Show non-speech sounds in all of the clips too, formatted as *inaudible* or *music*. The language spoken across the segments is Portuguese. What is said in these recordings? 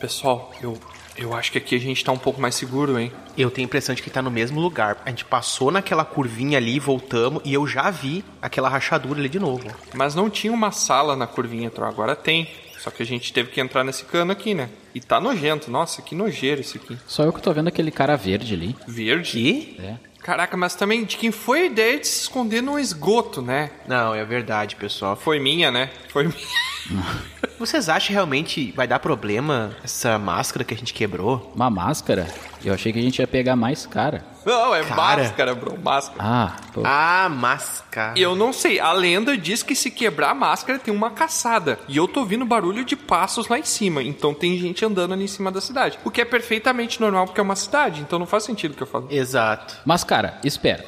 Pessoal, eu, eu acho que aqui a gente tá um pouco mais seguro, hein? Eu tenho a impressão de que tá no mesmo lugar. A gente passou naquela curvinha ali, voltamos, e eu já vi aquela rachadura ali de novo. Mas não tinha uma sala na curvinha, Tro. Agora tem. Só que a gente teve que entrar nesse cano aqui, né? E tá nojento. Nossa, que nojeiro isso aqui. Só eu que tô vendo aquele cara verde ali. Verde? Que? É. Caraca, mas também de quem foi a ideia de se esconder num esgoto, né? Não, é verdade, pessoal. Foi minha, né? Foi minha. *laughs* Vocês acham realmente vai dar problema essa máscara que a gente quebrou? Uma máscara? Eu achei que a gente ia pegar mais cara. Não, é Cara. máscara, bro. Máscara. Ah, pô. Ah, máscara. E eu não sei, a lenda diz que se quebrar a máscara tem uma caçada. E eu tô ouvindo barulho de passos lá em cima. Então tem gente andando ali em cima da cidade. O que é perfeitamente normal porque é uma cidade. Então não faz sentido o que eu falo. Exato. Mas, cara, espera.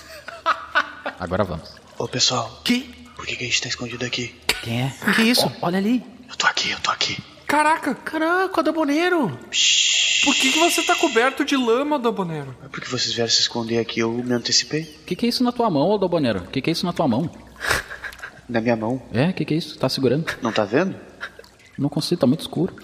*laughs* Agora vamos. Ô pessoal, Que? por que, que a gente tá escondido aqui? Quem é? Que isso? olha ali. Eu tô aqui, eu tô aqui. Caraca, Caraca, Daboneiro! por que, que você tá coberto de lama, Dabonero? É porque vocês vieram se esconder aqui, eu me antecipei. O que, que é isso na tua mão, ô Doboneiro? O que, que é isso na tua mão? Na minha mão. É, o que, que é isso? Tá segurando? Não tá vendo? Não consigo, tá muito escuro.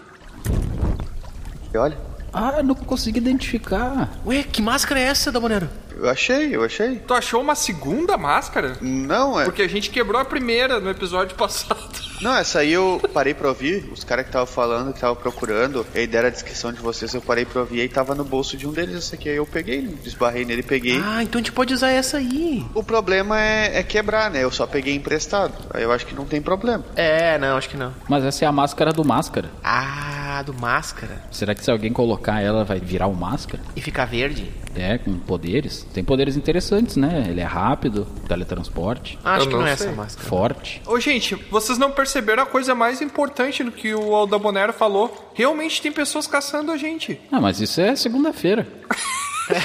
E olha, Ah, não consegui identificar. Ué, que máscara é essa, Daboneiro? eu achei, eu achei. Tu achou uma segunda máscara? Não, é. Porque a gente quebrou a primeira no episódio passado. Não, essa aí eu parei pra ouvir. Os caras que estavam falando, que estavam procurando, e aí deram a descrição de vocês, eu parei pra ouvir e tava no bolso de um deles. Essa aqui aí eu peguei, desbarrei nele, peguei. Ah, então a gente pode usar essa aí. O problema é, é quebrar, né? Eu só peguei emprestado. Aí eu acho que não tem problema. É, não, acho que não. Mas essa é a máscara do máscara. Ah, do máscara. Será que se alguém colocar ela vai virar o máscara? E ficar verde? É, com poderes. Tem poderes interessantes, né? Ele é rápido, teletransporte, Acho Eu que não, não é sei. essa máscara. forte. Ô, gente, vocês não perceberam a coisa mais importante do que o Aldabonero falou? Realmente tem pessoas caçando a gente. Ah, mas isso é segunda-feira. Eu achei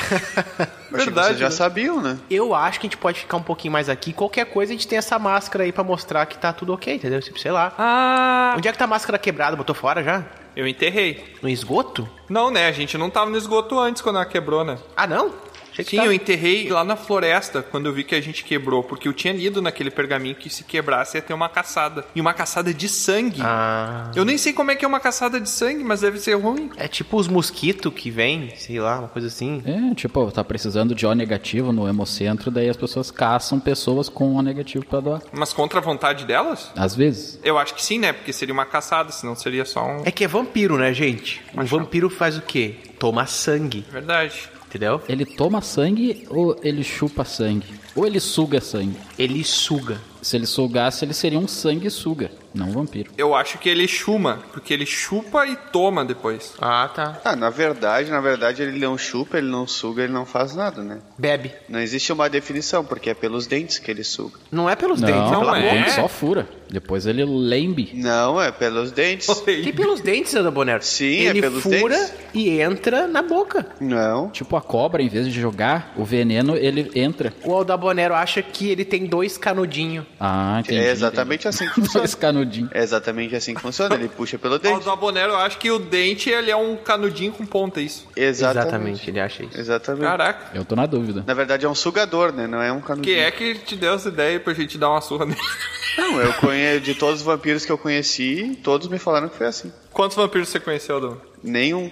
que Verdade, Vocês já né? sabiam, né? Eu acho que a gente pode ficar um pouquinho mais aqui. Qualquer coisa a gente tem essa máscara aí pra mostrar que tá tudo ok, entendeu? Tipo, sei lá. Ah, Onde é que tá a máscara quebrada? Botou fora já? eu enterrei. No esgoto? Não, né? A gente não tava no esgoto antes quando ela quebrou, né? Ah, não? Achei que Sim, tava. eu enterrei lá na floresta quando eu vi que a gente quebrou, porque eu tinha lido naquele pergaminho que se quebrasse ia ter uma caçada. E uma caçada de sangue. Ah. Eu nem sei como é que é uma caçada de sangue, mas deve ser ruim. É tipo os mosquitos que vem, sei lá, uma coisa assim. É, tipo, tá precisando de O negativo no hemocentro, daí as pessoas caçam pessoas com O negativo pra doar. Mas contra a vontade delas? Às vezes. Eu acho que sim, né? Porque seria uma caçada, senão seria só um. É que é vampiro, né, gente? Um vampiro faz o quê? Toma sangue, Verdade. entendeu? Ele toma sangue ou ele chupa sangue? Ou ele suga sangue? Ele suga. Se ele sugasse, ele seria um sanguessuga, não um vampiro. Eu acho que ele chuma, porque ele chupa e toma *laughs* depois. Ah, tá. Ah, na verdade, na verdade ele não chupa, ele não suga, ele não faz nada, né? Bebe. Não existe uma definição, porque é pelos dentes que ele suga. Não é pelos Não, dentes, é não, pela é. boca. ele só fura. Depois ele lembe. Não, é pelos *laughs* dentes. E pelos dentes, Ana Bonero? Sim, é Ele pelos fura dentes. e entra na boca. Não. É Tipo a cobra, em vez de jogar o veneno, ele entra. O Aldabonero acha que ele tem dois canudinhos. Ah, entendi. é *laughs* exatamente assim que entendi. funciona. Dois canudinhos. É exatamente assim que funciona, ele puxa pelo Ó, O dente. Dabonero, eu acho que o dente ele é um canudinho com ponta, isso. Exatamente. ele acha isso. Exatamente. Caraca. Eu tô na dúvida. Na verdade é um sugador, né? Não é um canudinho. Quem é que te deu essa ideia pra gente dar uma surra nele? *laughs* Não, eu conheço de todos os vampiros que eu conheci, todos me falaram que foi assim. Quantos vampiros você conheceu, Dom? Nenhum.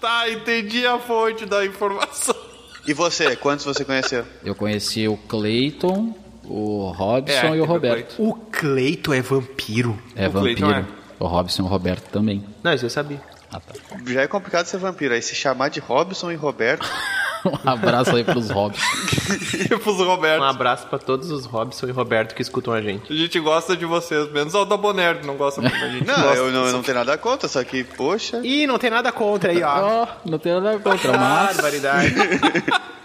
Tá, entendi a fonte da *laughs* informação. E você, quantos você conheceu? Eu conheci o Clayton, o É, Robson teve e o o Roberto. O Cleito é vampiro. É O vampiro. Clayton, O Robson e o Roberto também. *laughs* Não, isso eu sabia. Ah, tá. Já é complicado ser vampiro, aí se chamar de Robson *laughs* e Roberto. Um abraço aí pros Robson. Tipos Um Roberto. abraço pra todos os Robson e Roberto que escutam a gente. A gente gosta de vocês, menos o Dabonero, não gosta muito da gente. Não, gosta. eu não, eu não tenho nada contra, só que, poxa. Ih, não tem nada contra aí, ó. *laughs* Ó, não tem nada contra, mas. Oh, Barbaridade.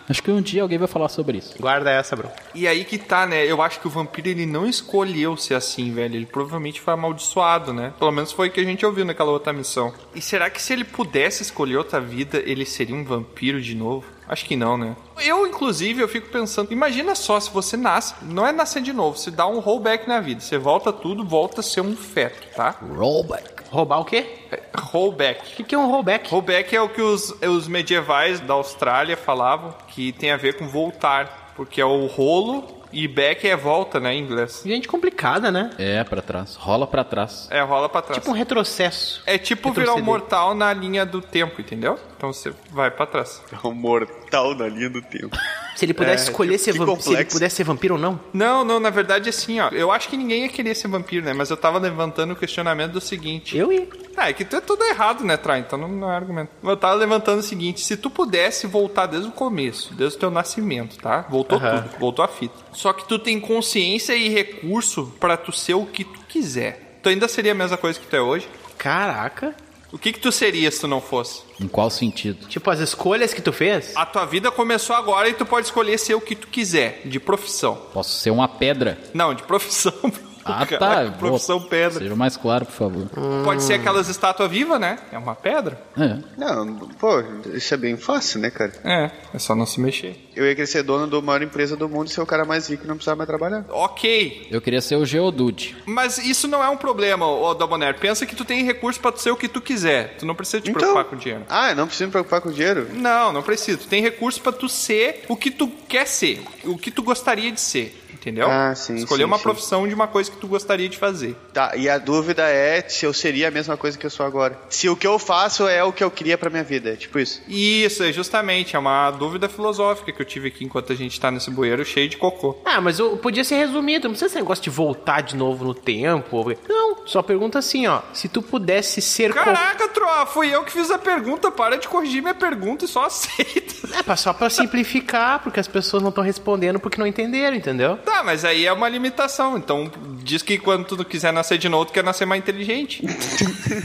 Acho que um dia alguém vai falar sobre isso. Guarda essa, bro. E aí que tá, né? Eu acho que o vampiro ele não escolheu ser assim, velho. Ele provavelmente foi amaldiçoado, né? Pelo menos foi o que a gente ouviu naquela outra missão. E será que se ele pudesse escolher outra vida, ele seria um vampiro de novo? Acho que não, né? Eu, inclusive, eu fico pensando, imagina só se você nasce, não é nascer de novo, você dá um rollback na vida, você volta tudo, volta a ser um feto, tá? Rollback. Roubar o quê? É, Rollback. O que, que é um rollback? Rollback é o que os, os medievais da Austrália falavam, que tem a ver com voltar, porque é o rolo E back é volta, né, em inglês. Gente complicada, né? É, pra trás. Rola pra trás. É, rola pra trás. Tipo um retrocesso. é tipo virar um retroceder. mortal na linha do tempo, entendeu? Então você vai pra trás. É um mortal na linha do tempo. Se ele pudesse É, escolher tipo, ser que vampiro, se ele complexo. pudesse ser vampiro ou não. Não, não, na verdade assim, ó. Eu acho que ninguém ia querer ser vampiro, né? Mas eu tava levantando o questionamento do seguinte. Eu ia. Ah, é que tu é tudo errado, né, Tra? Então não, não é argumento. Eu tava levantando o seguinte: se tu pudesse voltar desde o começo, desde o teu nascimento, tá? Voltou Aham. tudo, voltou a fita. Só que tu tem consciência e recurso pra tu ser o que tu quiser. Tu ainda seria a mesma coisa que tu é hoje? Caraca. O que que tu seria se tu não fosse? Em qual sentido? Tipo, as escolhas que tu fez. A tua vida começou agora e tu pode escolher ser o que tu quiser, de profissão. Posso ser uma pedra? Não, de profissão. *laughs* Ah, Caraca, tá. vou- Profissão pedra. Seja mais claro, por favor. Pode ser aquelas estátuas vivas, né? É uma pedra. É. Não, pô, isso é bem fácil, né, cara? É, é só não se mexer. Eu ia querer ser dono da maior empresa do mundo e ser o cara mais rico e não precisava mais trabalhar. Ok, Eu queria ser o Geodude. mas isso não é um problema, ô Dabonair. Pensa que tu tem recurso pra tu ser o que tu quiser. Tu não precisa te preocupar com dinheiro. Ah, eu não preciso me preocupar com dinheiro? Não, não precisa. Tu tem recurso pra tu ser o que tu quer ser, o que tu gostaria de ser. Entendeu? Ah, sim, Escolher sim, uma sim. profissão de uma coisa que tu gostaria de fazer. Tá, e a dúvida é se eu seria a mesma coisa que eu sou agora. Se o que eu faço é o que eu queria pra minha vida, é tipo isso. Isso, é justamente. É uma dúvida filosófica que eu tive aqui enquanto a gente tá nesse bueiro cheio de cocô. Ah, mas eu podia ser resumido. Não precisa esse negócio de voltar de novo no tempo. ou- Não, só pergunta assim, ó. Se tu pudesse ser... qual- Caraca, Troa, fui eu que fiz a pergunta. Para de corrigir minha pergunta e só *laughs* aceita. É, pra- só pra simplificar, porque as pessoas não estão respondendo porque não entenderam, entendeu? Tá, mas aí é uma limitação. Então diz que quando tu não quiser nascer de novo, tu quer nascer mais inteligente.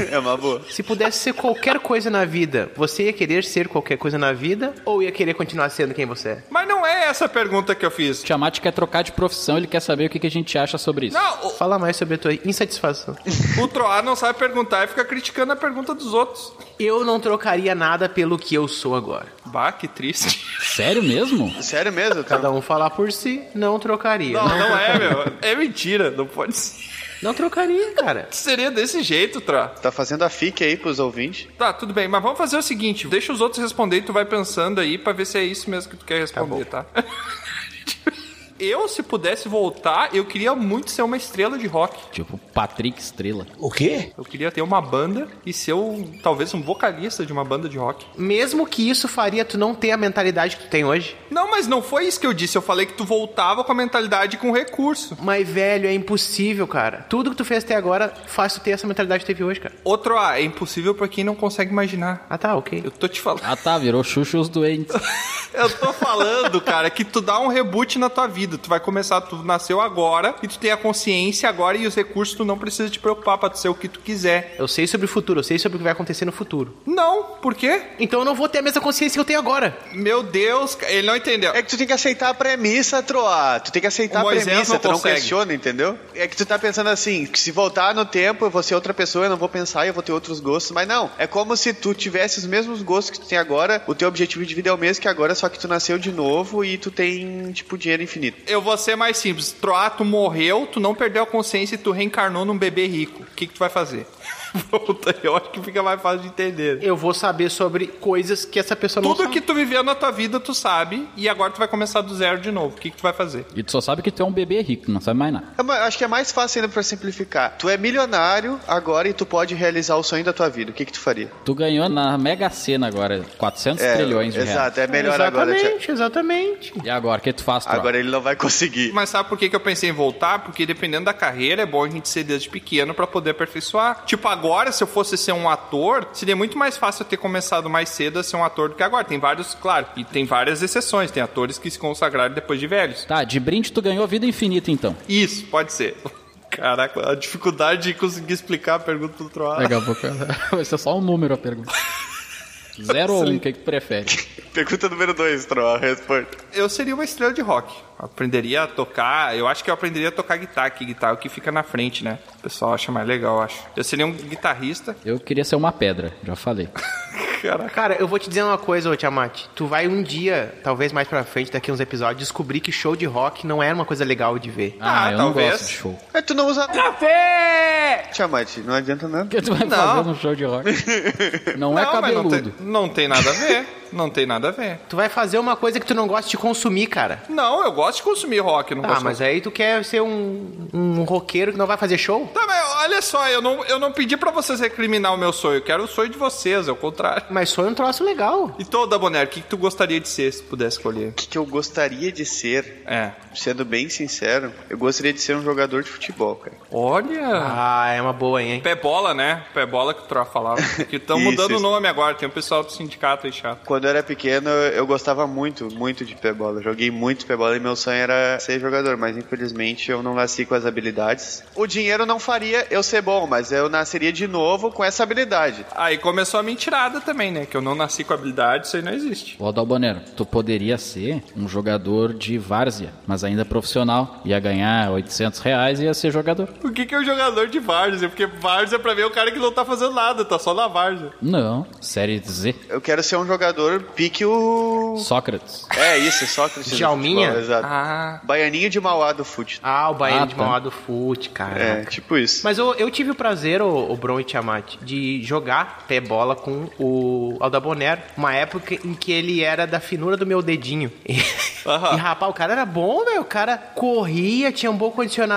É uma boa. Se pudesse ser qualquer coisa na vida, você ia querer ser qualquer coisa na vida ou ia querer continuar sendo quem você é? mas não é essa a pergunta que eu fiz. O Tiamat quer trocar de profissão, ele quer saber o que, que a gente acha sobre isso. Não, Fala mais sobre a tua insatisfação. o, o Troar não sabe perguntar e fica criticando a pergunta dos outros. Eu não trocaria nada pelo que eu sou agora. Bah, que triste. Sério mesmo? Sério mesmo, tá? Cada um falar por si, não *laughs* trocaria. Não, não é, meu. É mentira, não pode ser. Não trocaria, cara. Seria desse jeito, Troar. Tá fazendo a FIC aí pros ouvintes. Tá, tudo bem, mas vamos fazer o seguinte: deixa os outros responder e tu vai pensando aí pra ver se é isso mesmo que tu quer responder, tá? *laughs* eu, se pudesse voltar, eu queria muito ser uma estrela de rock. Tipo, Patrick Estrela. Eu queria ter uma banda e ser um, talvez um vocalista de uma banda de rock. Mesmo que isso faria tu não ter a mentalidade que tu tem hoje. Não, mas não foi isso que eu disse. Eu falei que tu voltava com a mentalidade e com recurso. Mas, velho, é impossível, cara. Tudo que tu fez até agora faz tu ter essa mentalidade que tu teve hoje, cara. Outro A, é impossível pra quem não consegue imaginar. Ah, tá, ok. Eu tô te falando. Ah tá, virou Xuxa e os doentes. *laughs* Eu tô falando, cara, que tu dá um reboot na tua vida. Tu vai começar, tu nasceu agora e tu tem a consciência agora e os recursos tu não precisa te preocupar pra tu ser o que tu quiser. Eu sei sobre o futuro, eu sei sobre o que vai acontecer no futuro. Não, por quê? Então eu não vou ter a mesma consciência que eu tenho agora. Meu Deus, ca- ele não entendeu. É que tu tem que aceitar a premissa, Troá. Tu tem que aceitar O a Moisés premissa, não tu não consegue. questiona, entendeu? É que tu tá pensando assim, que se voltar no tempo, eu vou ser outra pessoa, eu não vou pensar, eu vou ter outros gostos. Mas não, é como se tu tivesse os mesmos gostos que tu tem agora, o teu objetivo de vida é o mesmo que agora, só que tu nasceu de novo e tu tem, tipo, dinheiro infinito. Eu vou ser mais simples. Troá, tu morreu, tu não perdeu a consciência e tu reencarnou num bebê rico. O que, que tu vai fazer? *laughs* Volta, eu acho que fica mais fácil de entender. Eu vou saber sobre coisas que essa pessoa não Tudo sabe. que tu viveu na tua vida, tu sabe, e agora tu vai começar do zero de novo. O que, que tu vai fazer? E tu só sabe que tu é um bebê rico, não sabe mais nada. É, mas Acho que é mais fácil ainda pra simplificar. Tu é milionário agora e tu pode realizar o sonho da tua vida. O que que tu faria? Tu ganhou na Mega Sena agora, 400 É, trilhões de reais. Exato, é melhor agora, exatamente, Thiago. Exatamente, E agora, o que tu faz, Troa? Agora ele não vai conseguir. Mas sabe por que, que eu pensei em voltar? Porque dependendo da carreira, é bom a gente ser desde pequeno pra poder aperfeiçoar. Tipo, agora, se eu fosse ser um ator, seria muito mais fácil eu ter começado mais cedo a ser um ator do que agora. Tem vários, claro, e tem várias exceções. Tem atores que se consagraram depois de velhos. Tá, de brinde tu ganhou vida infinita, então. Isso, pode ser. *laughs* Caraca, a dificuldade de conseguir explicar a pergunta do Troar. Daqui a pouco *laughs* vai ser só um número a pergunta. Zero ou um, o que, que tu prefere? Pergunta número 2, Troá, responde. Eu seria uma estrela de rock. Aprenderia a tocar. Eu acho que eu aprenderia a tocar guitarra, que guitarra é o que fica na frente, né? O pessoal acha mais legal, eu acho. Eu seria um guitarrista. *laughs* Eu queria ser uma pedra, já falei. Caraca. Cara, eu vou te dizer uma coisa, ô Tiamat. Tu vai um dia, talvez mais pra frente, daqui uns episódios, descobrir que show de rock não era uma coisa legal de ver. Ah, Ah, eu talvez. não gosto de show. O É, tu não usa... Café! Tiamat, não adianta nada. que tu vai Não. fazer no show de rock? Não, é mas cabeludo. Não tem, não tem nada a ver. Não tem nada a ver. Tu vai fazer uma coisa que tu não gosta de consumir, cara. Não, eu gosto de consumir rock, eu não Tá, gosto. mas aí tu quer ser um, um roqueiro que não vai fazer show? Tá, mas olha só, eu não, eu não pedi pra vocês recriminar o meu sonho, eu quero o sonho de vocês, é o contrário. Mas sonho é um troço legal. E toda Bonner, o que, que tu gostaria de ser se pudesse escolher? O que, que eu gostaria de ser? É. Sendo bem sincero, eu gostaria de ser um jogador de futebol, cara. Olha. Ah, é uma boa, hein? Pé bola, né? Pé bola que tu falava. Que estão *laughs* Isso, mudando o isso. nome agora, tem o pessoal do sindicato aí chato. Quando eu era pequeno, eu gostava muito, muito de pebola. Joguei muito pebola e meu sonho era ser jogador, mas infelizmente eu não nasci com as habilidades. O dinheiro não faria eu ser bom, mas eu nasceria de novo com essa habilidade. Aí começou a mentirada também, né? Que eu não nasci com habilidade, isso aí não existe. Ô Adalboneiro, tu poderia ser um jogador de várzea, mas ainda profissional. Ia ganhar 800 reais e ia ser jogador. O que, que é um jogador de várzea? Porque várzea pra mim é o cara que não tá fazendo nada, tá só na várzea. Não, série Z. Eu quero ser um jogador pique o. Socrates. É isso, Sócrates. do Djalminha? futebol, Exato. Ah. Baianinho de Mauá do fute. Ah, o Bahia Ah, de tá. Mauá do Fute, cara. É, tipo isso. Mas eu, eu tive o prazer, o, Bron e Tiamat, de jogar pé bola com o Aldaboner, uma época em que ele era da finura do meu dedinho. *laughs* E, Aham. e, rapaz, o cara era bom, velho. O cara corria, tinha um bom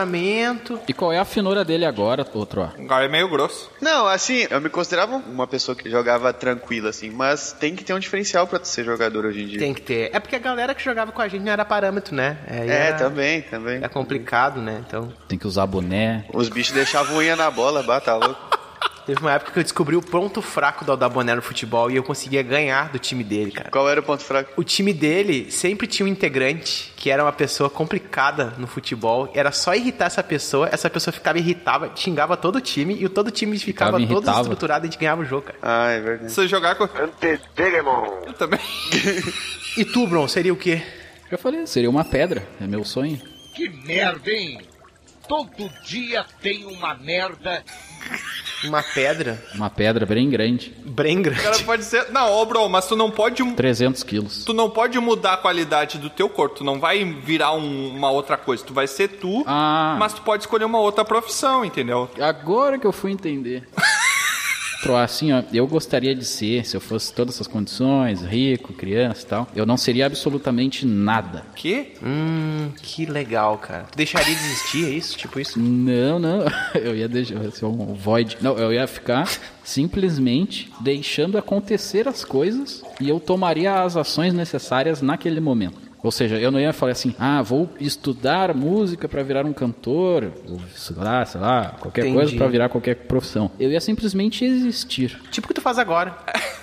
condicionamento. E qual é a finura dele agora, outro ó? Agora é meio grosso. Não, assim, eu me considerava uma pessoa que jogava tranquila, assim, mas tem que ter um diferencial pra tu ser jogador hoje em dia. Tem que ter. É porque a galera que jogava com a gente não era parâmetro, né? Aí É, era- também, também. É complicado, né? Então, Tem que usar boné. Os bichos deixavam unha na bola, bata louco. teve uma época que eu descobri o ponto fraco do Aldaboner no futebol e eu conseguia ganhar do time dele, cara. Qual era o ponto fraco? O time dele sempre tinha um integrante que era uma pessoa complicada no futebol. Era só irritar essa pessoa, essa pessoa ficava irritada, xingava todo o time e o todo o time ficava Ficava todo irritava. estruturado e a gente ganhava o jogo, cara. Ah, é verdade. Você jogar com. Eu também. E tu, Bron, seria o quê? Já falei, seria uma pedra. É meu sonho. Que merda, hein? Todo dia tem uma merda. Uma pedra? Uma pedra bem grande. Bem O cara grande. pode ser. Não, ô, bro, mas tu não pode. 300 quilos. Tu não pode mudar a qualidade do teu corpo, tu não vai virar um- uma outra coisa. Tu vai ser tu, Ah. mas tu pode escolher uma outra profissão, entendeu? Agora que eu fui entender. *laughs* Tro, assim, ó, eu gostaria de ser, se eu fosse todas essas condições, rico, criança e tal, eu não seria absolutamente nada. Que? Hum, que legal, cara. Tu deixaria de existir, é isso? Tipo isso? Não, não, *laughs* eu ia deixar, eu ia ser um void. Não, eu ia ficar simplesmente deixando acontecer as coisas e eu tomaria as ações necessárias naquele momento. Ou seja, eu não ia falar assim, ah, vou estudar música pra virar um cantor, ou estudar, sei lá, qualquer Entendi. coisa pra virar qualquer profissão. Eu ia simplesmente existir. Tipo o que tu faz agora.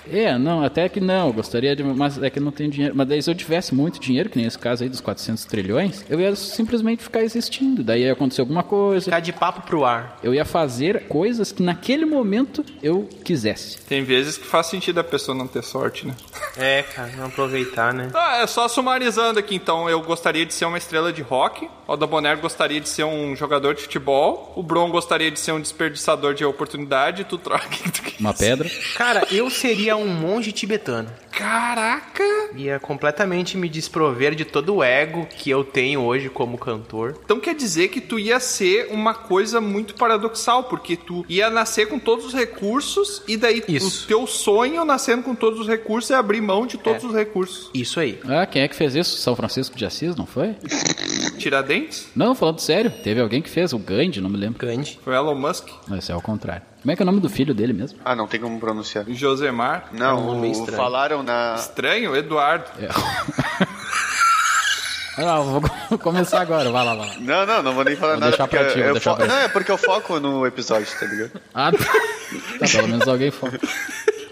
É, não, até que não, eu gostaria de, mas é que eu não tenho dinheiro. Mas daí se eu tivesse muito dinheiro, que nem esse caso aí dos 400 trilhões, eu ia simplesmente ficar existindo. Daí ia acontecer alguma coisa, Ficar de papo pro ar. eu ia fazer coisas que naquele momento eu quisesse. Tem vezes que faz sentido a pessoa não ter sorte, né? É, cara, não aproveitar, né? Ah, é só sumarizando aqui, então. Eu gostaria de ser uma estrela de rock. O da Bonner gostaria de ser um jogador de futebol. O Bron gostaria de ser um desperdiçador de oportunidade. Tu troca. *laughs* Uma pedra. Cara, eu seria um monge tibetano. Caraca! Ia completamente me desprover de todo o ego que eu tenho hoje como cantor. Então quer dizer que tu ia ser uma coisa muito paradoxal, porque tu ia nascer com todos os recursos e daí Isso. o teu sonho nascendo com todos os recursos é abrir mão de todos os recursos. Isso aí. Ah, quem é que fez isso? São Francisco de Assis, não foi? Tiradentes? Não, falando sério, teve alguém que fez, o Gandhi, não me lembro. Grande. Foi Elon Musk? Não, esse é o contrário. Como é que é o nome do filho dele mesmo? Ah, não tem como pronunciar. Josemar? É um Não, nome o- estranho. falaram na. Estranho? Eduardo. É. Ah, não, vou *laughs* começar agora, vai lá, vai lá. Não, não, não vou nem falar Vou nada. deixar Porque pra ti, vou eu deixar fo- pra ti. Não, é porque eu foco no episódio, tá ligado? *laughs* Ah, tá. Tá, pelo menos alguém foi.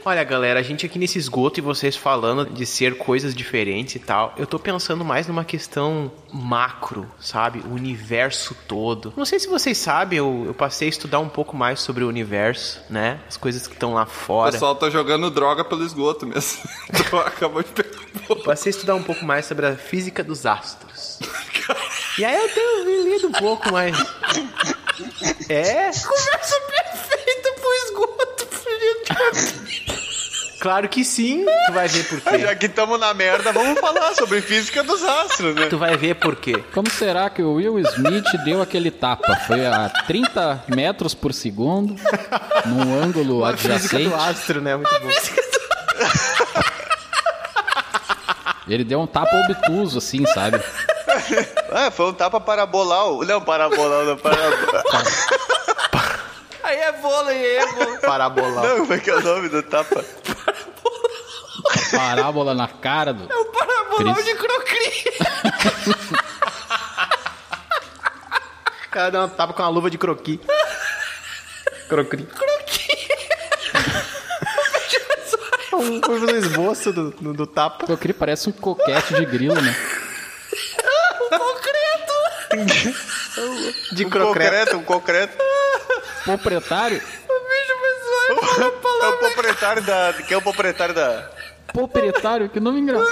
Olha, galera, a gente aqui nesse esgoto e vocês falando de ser coisas diferentes e tal, eu tô pensando mais numa questão macro, sabe? O universo todo. Não sei se vocês sabem, eu, eu passei a estudar um pouco mais sobre o universo, né? As coisas que estão lá O fora. pessoal tá jogando droga pelo esgoto mesmo. *laughs* Tu Acabou de pegar um pouco. Passei a estudar um pouco mais sobre a física dos *laughs* astros. E aí eu tenho lido um pouco mais. É? Conversa perfeita pro esgoto, Claro que sim. Tu vai ver por Já quê. que estamos na merda, vamos falar sobre física dos astros, né? Tu vai ver por quê. Como será que o Will Smith deu aquele tapa? Foi a 30 metros por segundo, num ângulo A física adjacente. do astro, né? Muito bom. Ele deu um tapa obtuso, assim, sabe? Ah, foi um tapa parabolal. Não, parabolal, não, parabolal. Aí é vôlei, aí é vôlei. Parabolal. Não, como é que é o nome do tapa? Parábola na cara do. O parabolão Triste. de crocri. O cara deu uma tapa com uma luva de croqui. Croqui. Um, um esboço do, do, do tapa. Crocri parece um coquete de grilo, né? De Um crocreto. concreto, um concreto. Proprietário? É o proprietário da. Quem é o proprietário da. Proprietário? Que nome engraçado.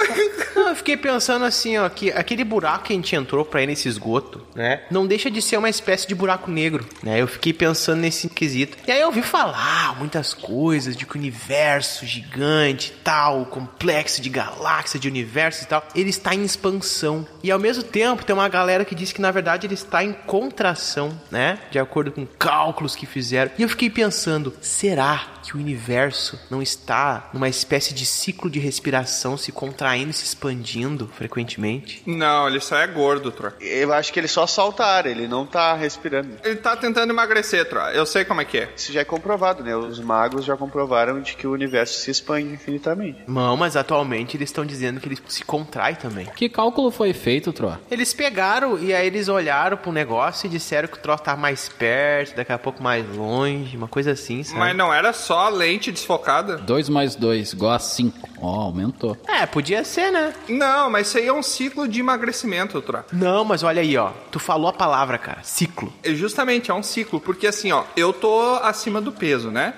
Não, eu fiquei pensando assim, ó, que aquele buraco que a gente entrou pra ir nesse esgoto, né? Não deixa de ser uma espécie de buraco negro, né? Eu fiquei pensando nesse quesito. E aí eu ouvi falar muitas coisas de que o universo gigante e tal, o complexo de galáxias, de universos e tal, ele está em expansão. E ao mesmo tempo tem uma galera que diz que na verdade ele está em contração, né? De acordo com cálculos que fizeram. E eu fiquei pensando, será que o universo não está numa espécie de ciclo de respiração se contraindo e se expandindo frequentemente? Não, ele só é gordo, Tro. Eu acho que ele só solta ar, ele não tá respirando. Ele tá tentando emagrecer, Tro. Eu sei como é que é. Isso já é comprovado, né? Os magos já comprovaram de que o universo se expande infinitamente. Não, mas atualmente eles estão dizendo que ele se contrai também. Que cálculo foi feito, Tro? Eles pegaram e aí eles olharam pro negócio e disseram que o troço tá mais perto, daqui a pouco mais longe, uma coisa assim, sabe? Mas não era só a lente desfocada? 2 mais 2, igual a 5. Ó, aumentou. É, podia ser, né? Não, mas isso aí é um ciclo de emagrecimento, Tro. Não, mas olha aí, ó. Tu falou a palavra, cara. Ciclo. É Justamente, é um ciclo, porque assim, ó, eu tô acima do peso, né?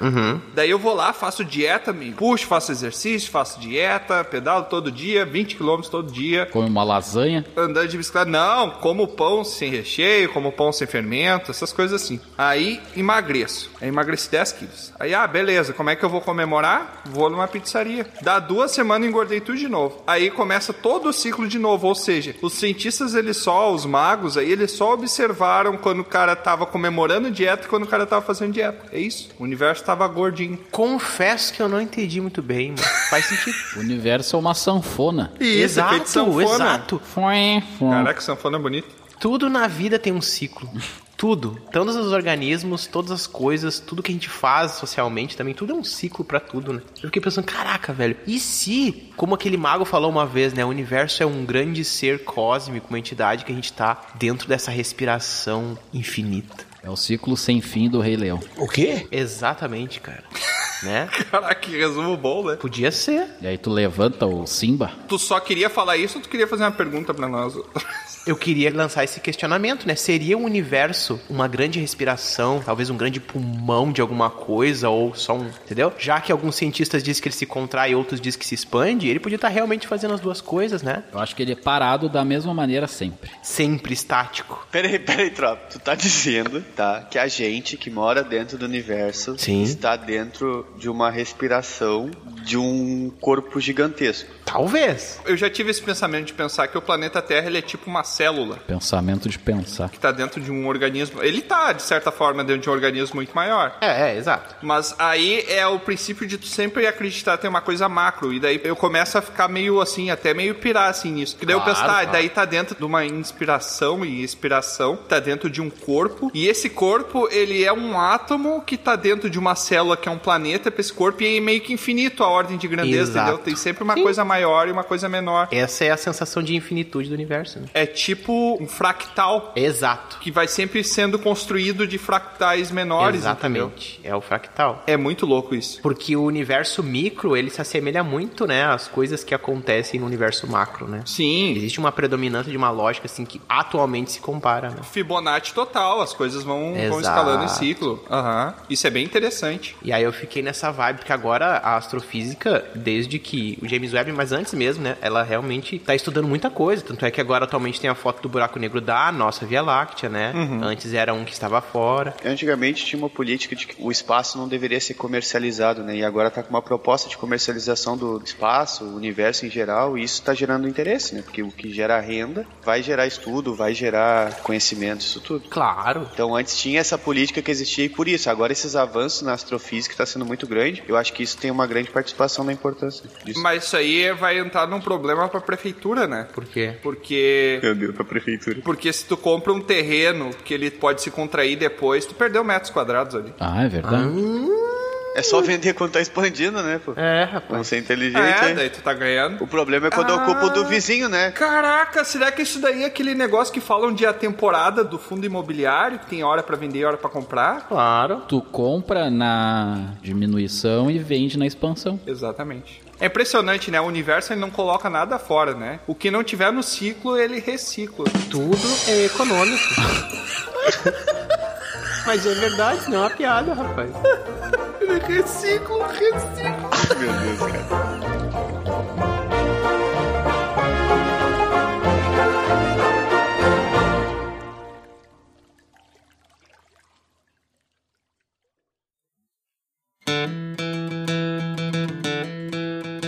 Daí eu vou lá, faço dieta, me puxo, faço exercício, faço dieta, pedalo todo dia, 20 km todo dia, Come uma lasanha. andando de bicicleta. Não, como pão sem recheio, como pão sem fermento, essas coisas assim. Aí emagreço. Aí emagreci 10 quilos. Aí, ah, beleza, como é que eu vou comemorar? Vou numa pizzaria. Dá duas semanas engordei tudo de novo. Aí começa todo o ciclo de novo, ou seja, os cientistas eles só, os magos aí, eles só observaram quando o cara tava comemorando dieta e quando o cara tava fazendo dieta. É isso. O universo tava gordinho. Confesso que eu não entendi muito bem, mano. Faz sentido. O universo é uma sanfona. E isso, efeito sanfona. exato. Foi, foi. Caraca, sanfona é bonito. *laughs* Tudo na vida tem um ciclo. Tudo. Todos os organismos, todas as coisas, tudo que a gente faz socialmente também, tudo é um ciclo pra tudo, né? Eu fiquei pensando, caraca, velho, e se, como aquele mago falou uma vez, né? O universo é um grande ser cósmico, uma entidade que a gente tá dentro dessa respiração infinita. É o ciclo sem fim do Rei Leão. O quê? Exatamente, cara. *laughs* né? Caraca, que resumo bom, né? Podia ser. E aí tu levanta o Simba. Tu só queria falar isso ou tu queria fazer uma pergunta pra nós? Eu queria lançar esse questionamento, né? Seria o universo uma grande respiração, talvez um grande pulmão de alguma coisa, ou só um. Entendeu? Já que alguns cientistas dizem que ele se contrai e outros dizem que se expande, ele podia estar realmente fazendo as duas coisas, né? Eu acho que ele é parado da mesma maneira sempre. Sempre estático. Peraí, peraí, tropa. Tu tá dizendo, tá? Que a gente que mora dentro do universo Sim. está dentro de uma respiração de um corpo gigantesco. Talvez. Eu já tive esse pensamento de pensar que o planeta Terra ele é tipo uma célula Pensamento de pensar. que tá dentro de um organismo. Ele tá, de certa forma, dentro de um organismo muito maior. É, é, exato. Mas aí é o princípio de tu sempre acreditar que tem uma coisa macro. E daí eu começo a ficar meio assim, até meio pirar assim nisso. Que daí eu Claro, penso, tá, claro. daí tá dentro de uma inspiração e expiração, tá dentro de um corpo. E esse corpo, ele é um átomo que tá dentro de uma célula que é um planeta pra esse corpo. E é meio que infinito a ordem de grandeza, Exato. entendeu? Tem sempre uma coisa maior e uma coisa menor. Essa é a sensação de infinitude do universo, né? É tipo um fractal Exato. que vai sempre sendo construído de fractais menores, entendeu? Exatamente. É o fractal. É muito louco isso. Porque o universo micro, ele se assemelha muito, né, às coisas que acontecem no universo macro, né? Sim. Existe uma predominância de uma lógica, assim, que atualmente se compara, né? Fibonacci total, as coisas vão, vão Exato. escalando em ciclo. Aham. Isso é bem interessante. E aí eu fiquei nessa vibe, porque agora a astrofísica, desde que o James Webb, mas antes mesmo, né, ela realmente tá estudando muita coisa. Tanto é que agora atualmente tem a foto do buraco negro da nossa Via Láctea, né? Antes era um que estava fora. Antigamente tinha uma política de que o espaço não deveria ser comercializado, né? E agora tá com uma proposta de comercialização do espaço, o universo em geral, e isso tá gerando interesse, né? Porque o que gera renda vai gerar estudo, vai gerar conhecimento, isso tudo. Claro. Então antes tinha essa política que existia e por isso, agora esses tá avanços na astrofísica está sendo muito grande. Eu acho que isso tem uma grande participação na importância disso. Mas isso aí vai entrar num problema pra prefeitura, né? Por quê? Porque. Meu Deus, pra prefeitura. Porque se tu compra um terreno que ele pode se contrair depois, tu perdeu metros quadrados ali. Ah, é verdade. É só vender quando tá expandindo, né, pô? É, rapaz. Vamos ser inteligente, É, hein? daí tu tá ganhando. O problema é quando Ah. eu ocupo do vizinho, *laughs* né? Caraca, será que isso daí é aquele negócio que falam de a temporada do fundo imobiliário, que tem hora pra vender e hora pra comprar? Claro. Tu compra na diminuição e vende na expansão. Exatamente. É impressionante, né? O universo ele não coloca nada fora, né? O que não tiver no ciclo, ele recicla. Tudo é econômico. Mas é verdade, não é uma piada, rapaz. Ele recicla, recicla. Meu Deus, cara.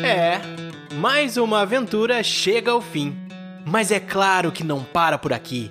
É, mais uma aventura chega ao fim. Mas é claro que não para por aqui.